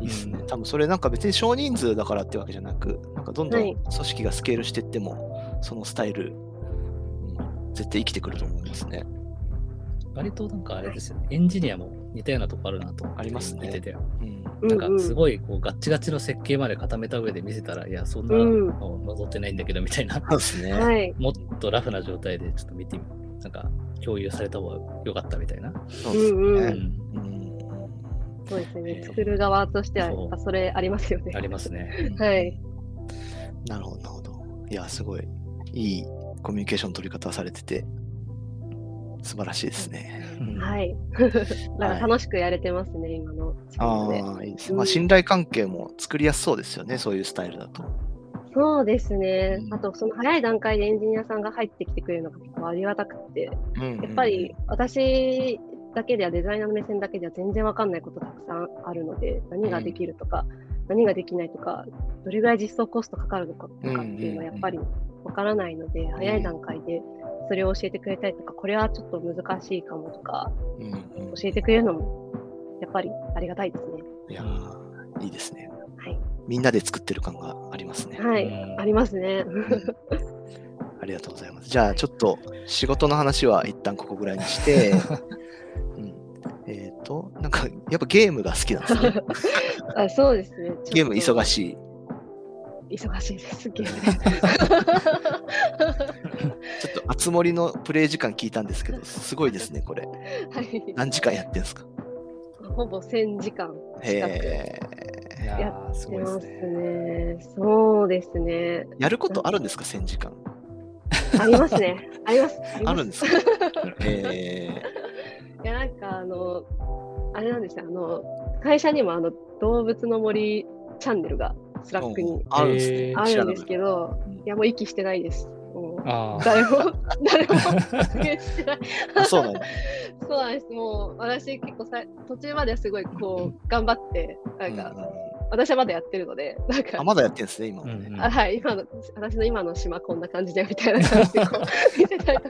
Speaker 1: いいっすね
Speaker 2: うん。
Speaker 1: 多分それなんか別に少人数だからってわけじゃなく、なんかどんどん組織がスケールしていっても、そのスタイル、うん絶対生きてくると思いますね。
Speaker 2: 割となんかあれですよね。エンジニアも似たようなとこあるなと。
Speaker 1: ありますね
Speaker 2: 見てて。
Speaker 1: うん。
Speaker 2: なんかす
Speaker 3: い、
Speaker 2: ごいこうガッチガチの設計まで固めた上で見せたら、いや、そんな
Speaker 3: うん
Speaker 2: の望ってないんだけどみたいな。
Speaker 1: そうですね。
Speaker 3: はい、
Speaker 2: もっとラフな状態でちょっと見てみなんか共有された方が良かったみたいな。
Speaker 1: そう
Speaker 3: う
Speaker 1: ですね。
Speaker 2: う
Speaker 3: んうん、
Speaker 2: ん。
Speaker 1: うん
Speaker 3: そうです
Speaker 1: え
Speaker 3: ね、
Speaker 1: ー
Speaker 3: 作る側としてはやっぱそれありますよね。
Speaker 2: ありますね。
Speaker 3: はい。
Speaker 1: なるほど、なるほど。いや、すごい、いいコミュニケーションの取り方されてて、素晴らしいですね。
Speaker 2: うん
Speaker 3: はい。なんか楽しくやれてますね、今の仕事で。
Speaker 1: ああ、いいですね。ま
Speaker 3: う
Speaker 1: あ、
Speaker 3: ん
Speaker 1: 信頼関係も作りやすそうですよね、そういうスタイルだと。
Speaker 3: そうですね
Speaker 1: う。ん
Speaker 3: あと、その早い段階でエンジニアさんが入ってきてくれるのが結構ありがたくて、
Speaker 1: うん
Speaker 3: やっぱり、私だけでは、デザイナーの目線だけでは全然わかんないことたくさんあるので、何ができるとか、何ができないとか、どれぐらい実装コストかかるのかとかっていうのはやっぱりわからないので、早い段階でそれを教えてくれたりとか、これはちょっと難しいかもとか、
Speaker 1: うんうん
Speaker 3: 教えてくれるのもやっぱりありがたいですね。
Speaker 1: いやーいいですね。
Speaker 3: はい。
Speaker 1: みんなで作ってる感がありますね。
Speaker 3: はい、
Speaker 2: うん
Speaker 3: ありますね。
Speaker 1: ありがとうございます。じゃあちょっと仕事の話は一旦ここぐらいに して、うん、えっ、と、なんかやっぱゲームが好きなんです ね。
Speaker 3: あそうですね。
Speaker 1: ゲーム忙
Speaker 3: しい。
Speaker 1: しい。
Speaker 3: 忙しいです、ゲームです。
Speaker 1: ちょっと熱盛のプレイ時間聞いたんですけど、すごいですね、これ。
Speaker 3: はい。
Speaker 1: 何時間やってんですか
Speaker 3: ほぼ1000時間
Speaker 1: へ
Speaker 2: いや
Speaker 3: や
Speaker 2: ーす
Speaker 3: 出
Speaker 2: ごいで
Speaker 3: ますす
Speaker 2: ね。
Speaker 3: ね。そうですね。
Speaker 1: ーやることあるんですか、1000時間。
Speaker 3: あります ね。あります。ります
Speaker 1: あるんですかえ
Speaker 3: いや、なんか、あの、あれなんですよ。あの、会社にも、あの、動物の森チャンネルが、ス
Speaker 1: ー
Speaker 3: ラックに
Speaker 1: あるんですね
Speaker 2: え。ー
Speaker 3: あるんですけ
Speaker 1: ど。
Speaker 3: ど、
Speaker 1: うん
Speaker 3: いや、もう息してないです。もう
Speaker 2: あ あ、
Speaker 3: 誰 も、誰も発言して ない。
Speaker 1: あそうなんだ。
Speaker 3: そうなんです。もう、私、結構さ、途中まではすごい、こう、頑張って、なんか、
Speaker 1: うんうんうん
Speaker 3: 私はまだやってるので、なんか
Speaker 1: あ、まだやってんですね、今もね。
Speaker 2: うんうん
Speaker 3: あはい、今の私の今の島こんな感じでみたい な感じでこう見てたりとか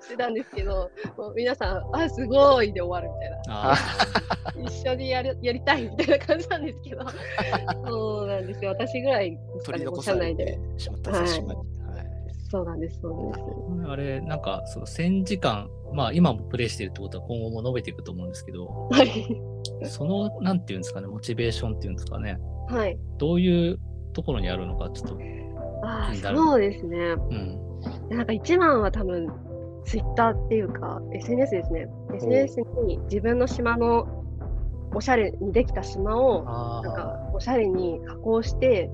Speaker 3: してたんですけど、もう皆さん、あ、すごいで終わるみたいな。
Speaker 2: あ
Speaker 3: 一緒にやるやりたいみたいな感じなんですけど、そうなんですよ。私ぐらいですか
Speaker 1: 取り
Speaker 3: ね、こ
Speaker 1: 残
Speaker 3: う社
Speaker 1: され
Speaker 3: 内で
Speaker 1: て。しまったんです、島に。はい
Speaker 3: そうなんです、そうなんです。
Speaker 2: ーあれ、なんか、その1000時間、まあ今もプレイしてるってことは今後も伸びていくと思うんですけど、
Speaker 3: はい。
Speaker 2: その、なんていうんですかね、モチベーションっていうんですかね、
Speaker 3: はい。
Speaker 2: どういうところにあるのか、ちょっと、
Speaker 3: あ
Speaker 2: 気にな
Speaker 3: ー
Speaker 2: る
Speaker 3: そうですね。
Speaker 2: うん。
Speaker 3: なんか一番は多分、ツイッターっていうか、SNS ですね。SNS に自分の島のおしゃれにできた島を
Speaker 2: あ
Speaker 3: なん
Speaker 2: あ、
Speaker 3: かおしゃれに加工して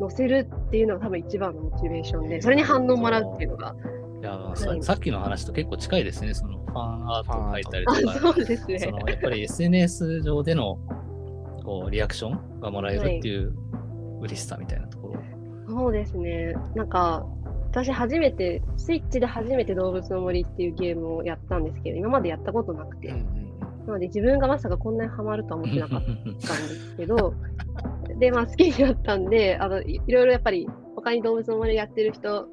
Speaker 3: 載せるっていうのが多分一番のモチベーションで、それに反応もらうっていうのが。
Speaker 2: いやーさ、さっきの話と結構近いですね、そのファンアートを描いたり
Speaker 3: あ、
Speaker 2: とか、
Speaker 3: そうですね
Speaker 2: そ。のやっぱり SNS 上でのこうリアクションがもらえるっていう嬉しさみたいなところ。
Speaker 3: そうですね。なんか、私初めて、スイッチで初めて動物の森っていうゲームをやったんですけど、今までやったことなくて。
Speaker 1: うん
Speaker 3: な
Speaker 1: うん
Speaker 3: ので自分がまさかこんなにハマるとは思ってなかったんですけど、で、まあ好きになったんで、あの、いいろいろやっぱり他に動物の森やってる人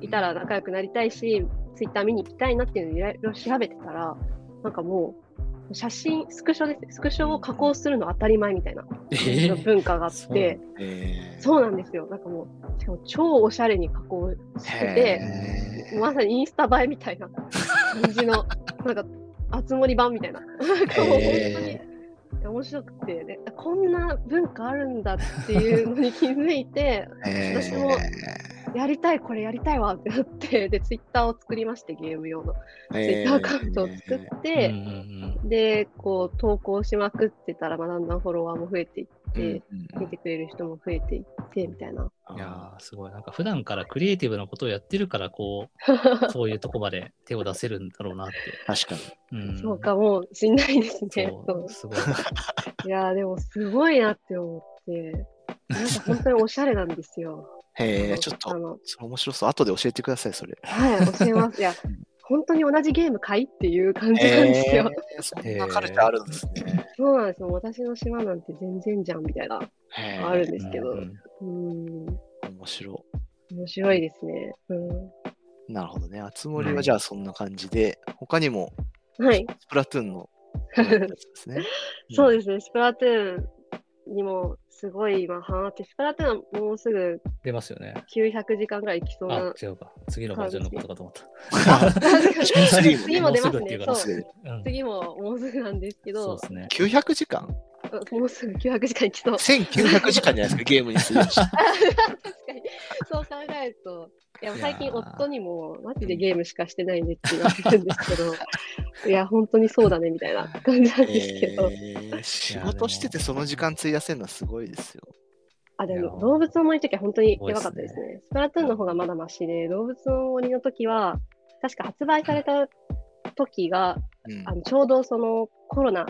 Speaker 3: いたら仲良くなりたいし、ツイッター見に行きたいなっていうのをいろいろ調べてたら、なんかもう、写真、スクショですね。スクショを加工するの当たり前みたいな
Speaker 2: え
Speaker 3: 文化があっ
Speaker 2: そう
Speaker 3: て、
Speaker 1: うんえー
Speaker 3: そうなんですよ。なんかもう、しかも超おしゃれに加工してて、
Speaker 1: へー
Speaker 3: まさにインスタ映えみたいな感じの、なんか、あつ森版みたいな。なんかもう本当に
Speaker 1: へ
Speaker 3: 面白くて、でこんな文化あるんだっていうのに気づいて、
Speaker 1: ーへー
Speaker 3: 私もやりたい、これやりたいわってなって、で、ツイッターを作りまして、ゲーム用の。ツイッターアカウントを作
Speaker 1: へ
Speaker 3: って、で、こう、投稿しまくってたら、まあ、だんだんフォロワーも増えていって、
Speaker 1: ーうんうんう
Speaker 3: 見てくれる人も増えていって、みたいな。
Speaker 2: うん
Speaker 1: ん
Speaker 2: いやーすごい。なんか普段からクリエイティブなことをやってるから、こ う、そういうとこまで手を出せるんだろうなって。
Speaker 1: 確かに。
Speaker 2: うん、
Speaker 3: そうかもしんないですね。
Speaker 2: そう。すごい。
Speaker 3: そういやーでもすごいなって思って、なんか本当におしゃれなんですよ。
Speaker 1: へえ、ちょっ
Speaker 3: あ
Speaker 1: と、
Speaker 3: の
Speaker 1: それ面白そう。後で教えてください、そ れ。
Speaker 3: はい、教え ます。いや、本当に同じゲームかいっていう感じなんですよ。
Speaker 1: えーそんなカルチャーあるんですね。
Speaker 3: そうなんですよ。私の島なんて全然じゃんみたいな、
Speaker 1: へー
Speaker 3: あるんですけど。
Speaker 2: う
Speaker 3: うんーん、
Speaker 1: 面白
Speaker 3: 面白いですね。う
Speaker 1: い。なるほどね。あつ森
Speaker 2: う
Speaker 1: は
Speaker 2: ん
Speaker 1: じゃあそんな感じで、他にも
Speaker 3: ん、はい、
Speaker 1: スプラトゥーン のやつですね。
Speaker 3: そうですね。スプラトゥーンにもすごい今ハマって、スプラトゥーンはもうすぐ
Speaker 2: 出ますよね。
Speaker 3: 900時間ぐらいいきそう
Speaker 2: あ
Speaker 3: な、。
Speaker 2: 違うか。次のバージョンのことかと思った。
Speaker 3: 次も出ま
Speaker 2: もうすぐ
Speaker 3: す
Speaker 2: ってい
Speaker 3: ね
Speaker 2: う。
Speaker 1: もう
Speaker 2: か
Speaker 3: そう
Speaker 1: す。ぐ
Speaker 2: うん
Speaker 3: 次ももうすぐなんですけ
Speaker 2: そ
Speaker 3: ど
Speaker 2: う、ですね。
Speaker 1: 900時間
Speaker 3: あもうすぐ900時間いきそう。
Speaker 1: ?1900 時間じゃないですか、ゲームにするに して。
Speaker 3: 確かに。そう考えると、いや
Speaker 2: いやー
Speaker 3: 最近夫にも、マジでゲームしかしてないねって言われるんですけ ど、いや、本当にそうだねみたいな感じなんですけど、
Speaker 1: えー仕事しててその時間費やせるのはすごいですよ。
Speaker 3: あ、で
Speaker 2: いや
Speaker 3: も
Speaker 2: ー
Speaker 3: 動物の森の時は本当にやばかったですね。スプラトゥーンの方がまだマシで、動物の森の時は、確か発売された時が、
Speaker 1: うん
Speaker 3: あのちょうどそのコロナ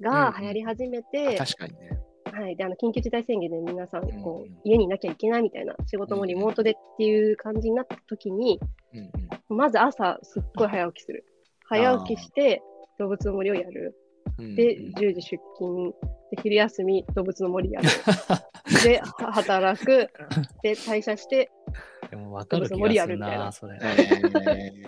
Speaker 3: が
Speaker 1: うん
Speaker 3: 流行り始めて、
Speaker 1: 確かにね。
Speaker 3: はい、であの緊急事態宣言で皆さん
Speaker 1: うん
Speaker 3: こ
Speaker 1: うん
Speaker 3: う家にいなきゃいけないみたいな仕事もリモートでっていう感じになった時に
Speaker 1: うんうん
Speaker 3: まず朝すっごい早起きする早起きして動物の森をやる
Speaker 1: うんうん
Speaker 3: で10時出勤で昼休み動物の 森やるでは働くで退社して
Speaker 2: でも分かる気がするな、それ。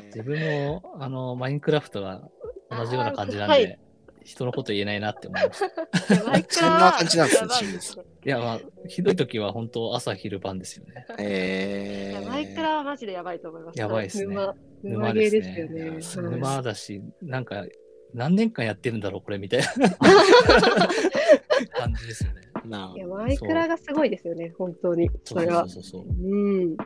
Speaker 2: 自分も、あの、マインクラフトが同じような感じなんで、
Speaker 3: あーはい
Speaker 2: 人のこと言えないなって思いました。い
Speaker 3: やばい か
Speaker 1: そんな感じなんですね
Speaker 3: やばいですね
Speaker 2: や、まあ、ひどい時は本当朝昼晩ですよね。
Speaker 1: え
Speaker 3: いや
Speaker 1: ー、
Speaker 3: マイクラはマジでやばいと思います。
Speaker 2: やばいですね
Speaker 3: 沼、沼
Speaker 2: 沼
Speaker 3: ゲー
Speaker 2: ですね
Speaker 3: ですよ
Speaker 1: い
Speaker 3: ね。
Speaker 1: やそう
Speaker 3: はい
Speaker 1: です
Speaker 2: 沼だし、なんか、何年間やってるんだろう、これみたいな感じですよね。
Speaker 1: なあ
Speaker 3: いやマイクラがすごいですよね、本当に。そ
Speaker 2: そう
Speaker 3: れ
Speaker 2: そ
Speaker 3: は
Speaker 2: う。そうそう。
Speaker 3: うん。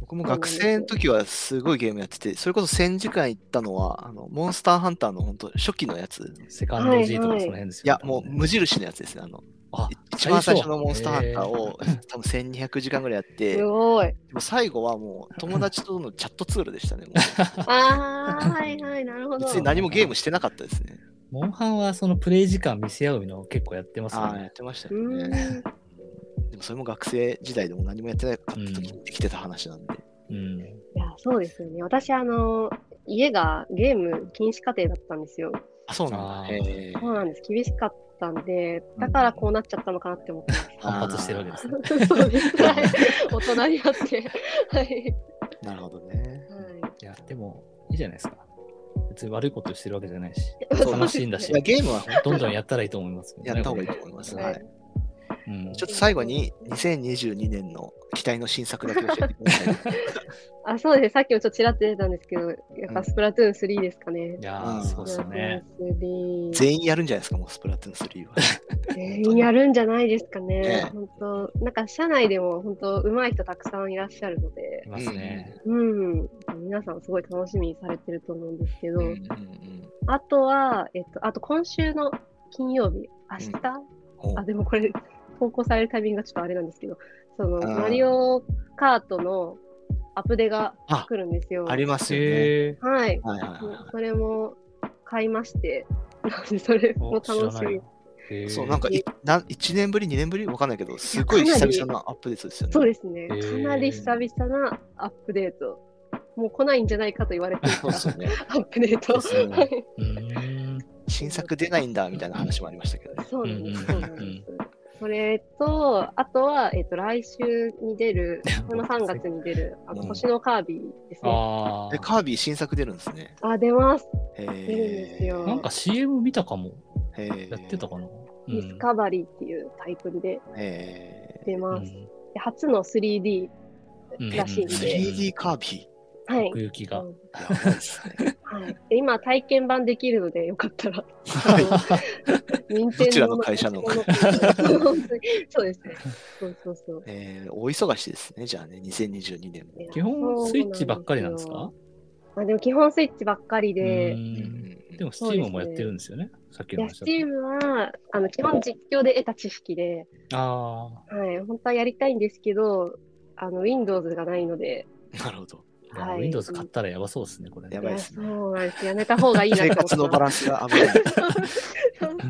Speaker 1: 僕も学生の時はすごいゲームやってて、それこそ戦時間行ったのは、あのモンスターハンターの本当初期のやつ。
Speaker 2: セカンド G とかその辺です
Speaker 1: い
Speaker 2: よ
Speaker 1: や、
Speaker 2: ね、
Speaker 1: もう無印のやつですね。あの
Speaker 2: あ
Speaker 1: 一番最初のモンスターハンターを、 多分1200時間ぐらいやって、
Speaker 3: す
Speaker 1: で
Speaker 3: ご い。
Speaker 1: も最後はもう友達とのチャットツールでしたね。もう
Speaker 3: ああ、はいはい、なるほど。
Speaker 1: 別に何もゲームしてなかったですね。
Speaker 2: モンハンはそのプレイ時間見せ合うの結構やってますよ
Speaker 1: ああ、やっ
Speaker 2: ね。
Speaker 1: てました
Speaker 3: う
Speaker 1: よ
Speaker 3: ん
Speaker 1: ね。でもそれも学生時代でも何もやってなかった時にできてた話なんで。
Speaker 2: うん。
Speaker 3: いや、そうですよね。私、あの、家がゲーム禁止家庭だったんですよ。
Speaker 1: あ、そうなん
Speaker 2: あ
Speaker 1: だ。
Speaker 2: ー
Speaker 1: えー
Speaker 3: そうなんです。厳しかったんで、だからこうなっちゃったのかなって思って ます。
Speaker 2: 反発してるわけですね。
Speaker 3: そうです。はい大人になって。はい。
Speaker 1: なるほどね。
Speaker 3: はい
Speaker 2: や、でも、いいじゃないですか。別に悪いことしてるわけじゃないし、
Speaker 3: い。
Speaker 2: 楽しいんだし
Speaker 1: いや、、ゲームは
Speaker 2: どんどんやったらいいと思いますけど
Speaker 1: や
Speaker 2: ね、
Speaker 1: った方がいいと思います。
Speaker 3: はい
Speaker 1: はい。
Speaker 2: うん、
Speaker 1: ちょっと最後に2022年の期待の新作だけ教えてください。
Speaker 3: あ、そうですね。さっきもちょっとちらっと出てたんですけど、やっ
Speaker 1: う
Speaker 3: ぱ
Speaker 1: ん
Speaker 3: スプラトゥーン3ですかね
Speaker 2: い。やー、
Speaker 1: うん
Speaker 2: そうですよね。
Speaker 3: スプラトゥーン3。
Speaker 1: 全員やるんじゃないですか、もうスプラトゥーン3は。
Speaker 3: 全員やるんじゃないですか
Speaker 1: ね
Speaker 3: ね。本当なんか社内でも本当上手い人たくさんいらっしゃるので
Speaker 2: い、ますね。
Speaker 3: うん。皆さんすごい楽しみにされてると思うんですけど、
Speaker 1: うんうんうん
Speaker 3: あとは、えっと、あと今週の金曜日、明日、
Speaker 1: ほう
Speaker 3: あ、でもこれ、投稿されるタイミングがちょっとあれなんですけど、その、
Speaker 1: あー
Speaker 3: マリオカートのアップデが来るんですよ。
Speaker 1: ありますよね。
Speaker 2: へ
Speaker 3: はい。
Speaker 1: はいはいはいは
Speaker 3: それも買いまして、なんでそれ
Speaker 2: ー
Speaker 3: も
Speaker 2: お知
Speaker 3: 楽
Speaker 2: ら
Speaker 3: し
Speaker 2: ない
Speaker 3: み。
Speaker 2: へー
Speaker 1: い。そう、なんかいな1年ぶり、2年ぶりわかんないけど、すごい
Speaker 3: いや
Speaker 1: 久
Speaker 3: かなり
Speaker 1: 々なアップデートですよね。
Speaker 3: そう
Speaker 1: で
Speaker 3: ですね。かなり久々なアップデート。もう来ないんじゃないかと言われていた
Speaker 1: そうですよね。
Speaker 3: アップデート。
Speaker 1: そうですね
Speaker 3: はい
Speaker 2: うん。
Speaker 1: 新作出ないんだみたいな話もありましたけど ね。
Speaker 3: そうなんです。
Speaker 2: うん
Speaker 3: そうなんです。それと、あとは、えっ、と、来週に 出る、この3月に出る、あの、
Speaker 1: うん
Speaker 3: 星のカービィですね。
Speaker 2: あ
Speaker 1: で、
Speaker 2: あ。
Speaker 1: カービィ新作出るんですね。
Speaker 3: あ、出ます。
Speaker 1: へー
Speaker 3: 出るんですよ
Speaker 2: なんか CM 見たかも。
Speaker 1: へー
Speaker 2: やってたかな。うん
Speaker 3: ディスカバリーっていうタイトルで
Speaker 1: へ
Speaker 3: 出ます。
Speaker 2: うん
Speaker 3: で初の 3D。
Speaker 2: うん
Speaker 3: らしいん
Speaker 1: ー
Speaker 3: で
Speaker 1: 3D カービ
Speaker 3: はい。
Speaker 2: 奥行きが。
Speaker 1: ィ。やばいですね。
Speaker 3: はい、で今、体験版できるので、よかっ たら。任
Speaker 1: どちらの会社の
Speaker 3: そうですね。そうそうそう。
Speaker 1: えー大忙しですね、じゃあね、2022年も。
Speaker 3: い や
Speaker 2: 基本、スイッチばっかりなんですか
Speaker 3: まあ、でも基本スイッチばっかりで、
Speaker 2: う
Speaker 3: い
Speaker 1: うんうんんうん
Speaker 2: でも、スチームもやってるんですよね。さっきの
Speaker 3: や、
Speaker 2: 話
Speaker 3: ス
Speaker 2: だ
Speaker 3: チームは、あの、基本実況で得た知識で、
Speaker 2: と。あ
Speaker 3: はい、本当はやりたいんですけど、あの、Windows がないので、
Speaker 1: なるほど。
Speaker 2: あ。いや
Speaker 3: はい
Speaker 2: Windows 買ったらやばそうですね、これね。
Speaker 1: やばいですね
Speaker 3: やそうなんです。やめた方がいいなと
Speaker 1: 生
Speaker 3: 思ってます。
Speaker 1: 活のバランスが危ない。
Speaker 3: そう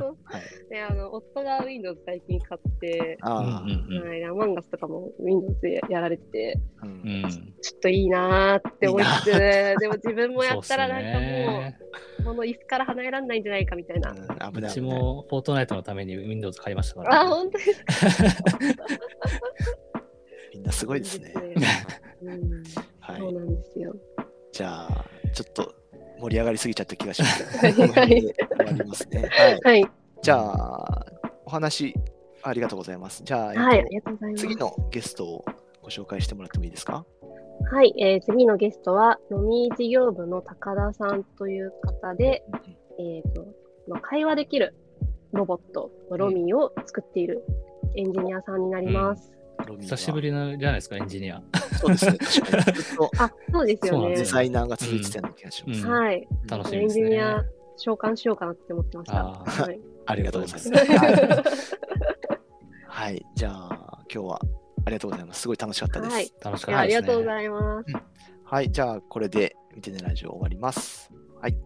Speaker 3: そう。
Speaker 1: はい
Speaker 3: で、あの、夫が Windows 最近買って、
Speaker 1: ああ、
Speaker 2: うんうんうん
Speaker 3: はい、アマンガスとかも Windows でやられてて、
Speaker 1: うん
Speaker 2: うん。
Speaker 3: ちょっといいなーって思いつつ、
Speaker 1: いい
Speaker 3: でも自分もやったら
Speaker 2: そう
Speaker 3: な
Speaker 2: っ
Speaker 3: ん
Speaker 2: す
Speaker 3: かも
Speaker 2: ね
Speaker 3: う、この椅子から離れられないんじゃないかみたいな。
Speaker 1: うん危
Speaker 2: う
Speaker 1: ない
Speaker 2: ち
Speaker 1: 危ない。
Speaker 2: もフォートナイトのために Windows 買いましたから、
Speaker 3: あ、本当ですか。
Speaker 1: みんなすごいですね。
Speaker 3: いいですうん、
Speaker 1: はい
Speaker 3: そう。なんですよ。
Speaker 1: じゃあ、ちょっと盛り上がりすぎちゃった気がします
Speaker 3: は
Speaker 1: け ど。
Speaker 3: い
Speaker 1: この辺で終わりますね。はい。
Speaker 3: はい、
Speaker 1: じゃあ、お話ありがとうございます。じゃあ、えっと
Speaker 3: はい、ありがとうございます。
Speaker 1: 次のゲストをご紹介してもらってもいいですか
Speaker 3: はい、えー次のゲストは、飲み事業部の高田さんという方で、えーとまあ、会話できるロボットのロミーを作っているエンジニアさんになります。
Speaker 2: 久しぶ
Speaker 1: り。
Speaker 2: りなじゃないですか、エンジニア。
Speaker 1: そうですね。確かにずっと
Speaker 3: あ、そうです
Speaker 2: そうな
Speaker 3: よ
Speaker 2: ん
Speaker 1: デ
Speaker 3: ね
Speaker 2: で。
Speaker 1: ザイナーが続いてたような気がします。
Speaker 2: す
Speaker 3: はい、
Speaker 2: 楽し
Speaker 3: エ
Speaker 2: み
Speaker 3: ン
Speaker 2: です
Speaker 3: ジ
Speaker 2: ね。
Speaker 3: ニア召喚しようかなって思ってました。
Speaker 2: あー
Speaker 3: はい、
Speaker 1: ありがとうございます。はいはい。じゃあ、今日はありがとうございます。すごい楽しかったです。
Speaker 3: はい
Speaker 2: 楽し
Speaker 3: い
Speaker 2: か
Speaker 3: や
Speaker 2: った
Speaker 3: あ
Speaker 2: で
Speaker 3: り
Speaker 2: す、ね。
Speaker 3: がとうございます。
Speaker 1: はい、じゃあこれで見てねラジオ終わります。はい。